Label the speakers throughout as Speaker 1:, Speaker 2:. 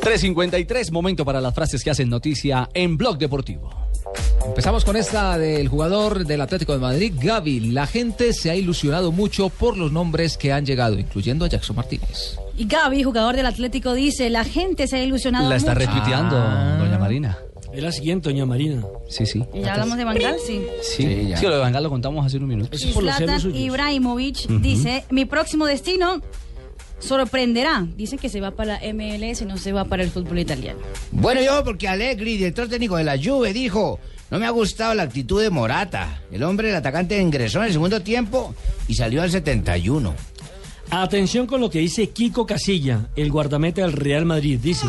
Speaker 1: 3.53, momento para las frases que hacen noticia en Blog Deportivo.
Speaker 2: Empezamos con esta del jugador del Atlético de Madrid, Gaby. La gente se ha ilusionado mucho por los nombres que han llegado, incluyendo a Jackson Martínez.
Speaker 3: Y Gaby, jugador del Atlético, dice, la gente se ha ilusionado
Speaker 1: La está
Speaker 3: Ah, mucho.
Speaker 1: retuiteando, doña Marina.
Speaker 4: Es la siguiente, doña Marina.
Speaker 1: Sí, sí.
Speaker 3: Y ya hablamos de Bangal, sí.
Speaker 1: Sí, sí, lo de Bangal lo contamos hace un minuto.
Speaker 4: Eso es por los celos
Speaker 3: Zlatan
Speaker 4: suyos.
Speaker 3: Ibrahimovic dice, mi próximo destino sorprenderá. Dicen que se va para la MLS, no se va para el fútbol italiano.
Speaker 5: Bueno, yo porque Allegri, director técnico de la Juve, dijo, no me ha gustado la actitud de Morata. El hombre, el atacante, ingresó en el segundo tiempo y salió al 71.
Speaker 4: Atención con lo que dice Kiko Casilla, el guardameta del Real Madrid. Dice,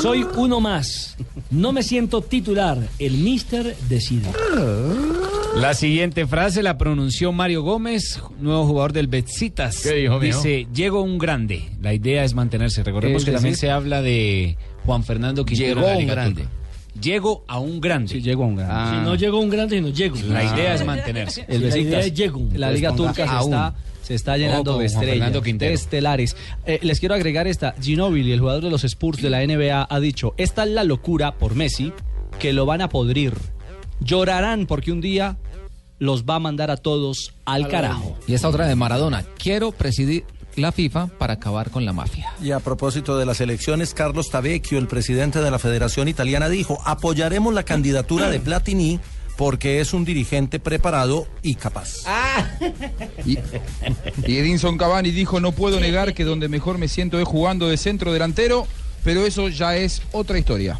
Speaker 4: soy uno más. No me siento titular. El mister decide.
Speaker 6: La siguiente frase la pronunció Mario Gómez, nuevo jugador del Betsitas.
Speaker 7: ¿Qué dijo, mijo?
Speaker 6: Dice, llego un grande. La idea es mantenerse. Recordemos
Speaker 2: Es
Speaker 6: que también
Speaker 2: decir,
Speaker 6: se habla de Juan Fernando Quintero.
Speaker 5: Llegó
Speaker 6: en la
Speaker 5: un
Speaker 6: Liga
Speaker 5: grande.
Speaker 6: Turca. Llego a un grande.
Speaker 1: Sí, llegó a un gran.
Speaker 4: Si no llegó un grande, no llego.
Speaker 6: La
Speaker 2: Ah.
Speaker 6: idea es mantenerse.
Speaker 1: El
Speaker 4: Ah, La
Speaker 1: Besiktas.
Speaker 4: idea es Yegum.
Speaker 1: La Liga
Speaker 5: Responda
Speaker 1: Turca se
Speaker 5: aún.
Speaker 1: está, se está llenando
Speaker 6: Ojo,
Speaker 1: de
Speaker 6: Juan
Speaker 1: estrellas,
Speaker 6: Fernando
Speaker 1: de
Speaker 6: Quintero.
Speaker 1: estelares. Eh, les quiero agregar esta. Ginobili, el jugador de los Spurs de la NBA, ha dicho, esta es la locura por Messi, que lo van a podrir. Llorarán porque un día los va a mandar a todos al carajo.
Speaker 2: Y esta otra de Maradona. Quiero presidir la FIFA para acabar con la mafia.
Speaker 8: Y a propósito de las elecciones, Carlos Tabecchio, el presidente de la Federación Italiana, dijo, apoyaremos la candidatura de Platini porque es un dirigente preparado y capaz.
Speaker 9: Y, y Edinson Cavani dijo, no puedo negar que donde mejor me siento es jugando de centro delantero, pero eso ya es otra historia.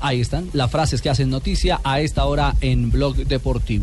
Speaker 1: Ahí están las frases que hacen noticia a esta hora en Blog Deportivo.